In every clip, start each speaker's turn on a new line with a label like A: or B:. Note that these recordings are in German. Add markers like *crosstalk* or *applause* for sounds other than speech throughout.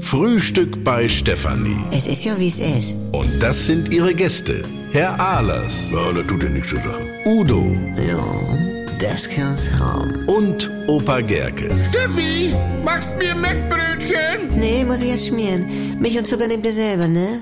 A: Frühstück bei Stefanie.
B: Es ist ja, wie es ist.
A: Und das sind ihre Gäste. Herr Ahlers,
C: Ja, das tut dir nichts zu sagen.
A: Udo
B: Ja, das kann's haben.
A: und Opa Gerke.
D: Steffi, machst mir Mettbrötchen?
B: Nee, muss ich erst schmieren. Milch und Zucker nehmt ihr selber, ne?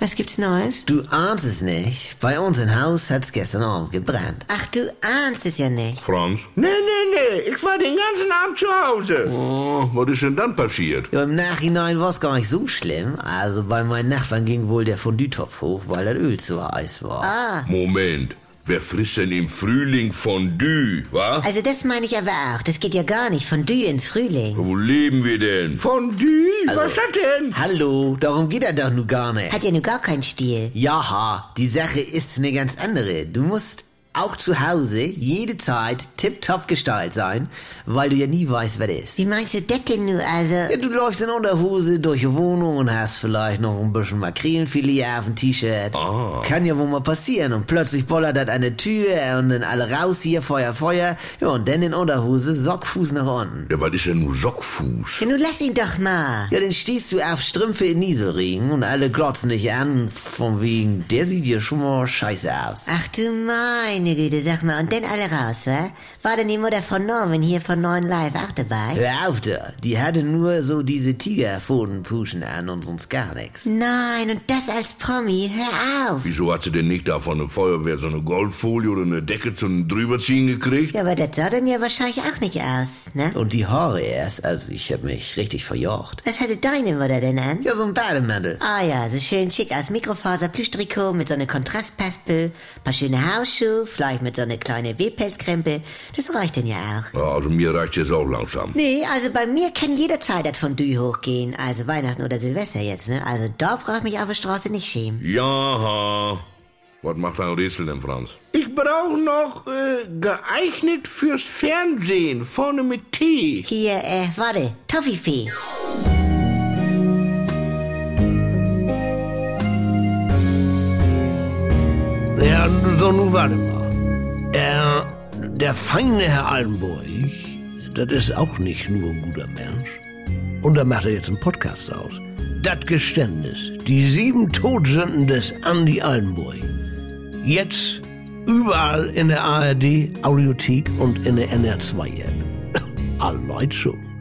B: Was gibt's Neues?
E: Du ahnst es nicht. Bei uns im Haus hat's gestern Abend gebrannt.
B: Ach, du ahnst es ja nicht.
C: Franz?
D: Nee, nee, nee, ich war den ganzen Abend zu Hause.
C: Oh, was ist denn dann passiert?
E: Ja, Im Nachhinein war's gar nicht so schlimm. Also bei meinen Nachbarn ging wohl der Fondue-Topf hoch, weil das Öl zu heiß war.
B: Ah,
C: Moment, wer frisst denn im Frühling Fondue, wa?
B: also das meine ich aber auch. Das geht ja gar nicht. Von Dü in Frühling.
C: Wo leben wir denn?
D: Fondue, was ist das denn?
E: Hallo, darum geht er doch nun gar nicht.
B: Hat ja nun gar keinen Stil.
E: Jaha, die Sache ist eine ganz andere. Du musst auch zu Hause jede Zeit tipptopp gestaltet sein, weil du ja nie weißt, wer das ist.
B: Wie meinst du das denn nun? Also,
E: Ja, du läufst in Unterhose durch die Wohnung und hast vielleicht noch ein bisschen Makrelenfilet auf dem T-Shirt. Kann ja wohl mal passieren. Und plötzlich bollert das an der Tür und dann alle raus hier, Feuer, Feuer. Ja, und dann in Unterhose, Sockfuß nach unten.
C: Ja, was ist denn nur Sockfuß?
B: ja, nun lass ihn doch mal.
E: Ja, dann stehst du auf Strümpfe in Nieselregen und alle glotzen dich an. Von wegen, der sieht dir schon mal scheiße aus.
B: Ach du meine Güte, sag mal. Und dann alle raus, wa? War denn die Mutter von Norman hier von Neuen Live auch dabei?
E: Hör auf da, die hatte nur so diese Tigerpfotenpuschen an und sonst gar nichts.
B: Nein, und das als Promi. Hör auf.
C: Wieso hat sie denn nicht da von der Feuerwehr so eine Goldfolie oder eine Decke zum Drüberziehen gekriegt?
B: Ja, aber das sah dann ja wahrscheinlich auch nicht aus, ne?
E: Und die Haare erst, also ich hab mich richtig verjocht.
B: Was hatte deine Mutter denn an?
E: Ja, so ein Bademantel.
B: Ah ja, so schön schick aus Mikrofaser Plüschtrikot mit so einer Kontrastpaspel, paar schöne Hausschuhe, vielleicht mit so einer kleinen Webpelzkrempe. Das reicht denn ja auch.
C: Ja, also mir reicht jetzt auch langsam.
B: Nee, also bei mir kann jederzeit das Fondue hochgehen. Also Weihnachten oder Silvester jetzt, ne? Also da brauch ich mich auf der Straße nicht schämen.
C: Jaha. Was macht dein Rätsel denn, Franz?
D: Ich brauche noch äh, geeignet fürs Fernsehen, vorne mit T.
B: Hier, äh, warte, Toffifee.
F: Ja, so nun warte mal. Äh, der feine Herr Altenburg, das ist auch nicht nur ein guter Mensch. Und da macht er jetzt einen Podcast aus. Das Geständnis, die sieben Todsünden des Andy Altenburg. Jetzt *laughs* überall in der ARD, Audiothek und in der NR2-App. Alle Leute schon.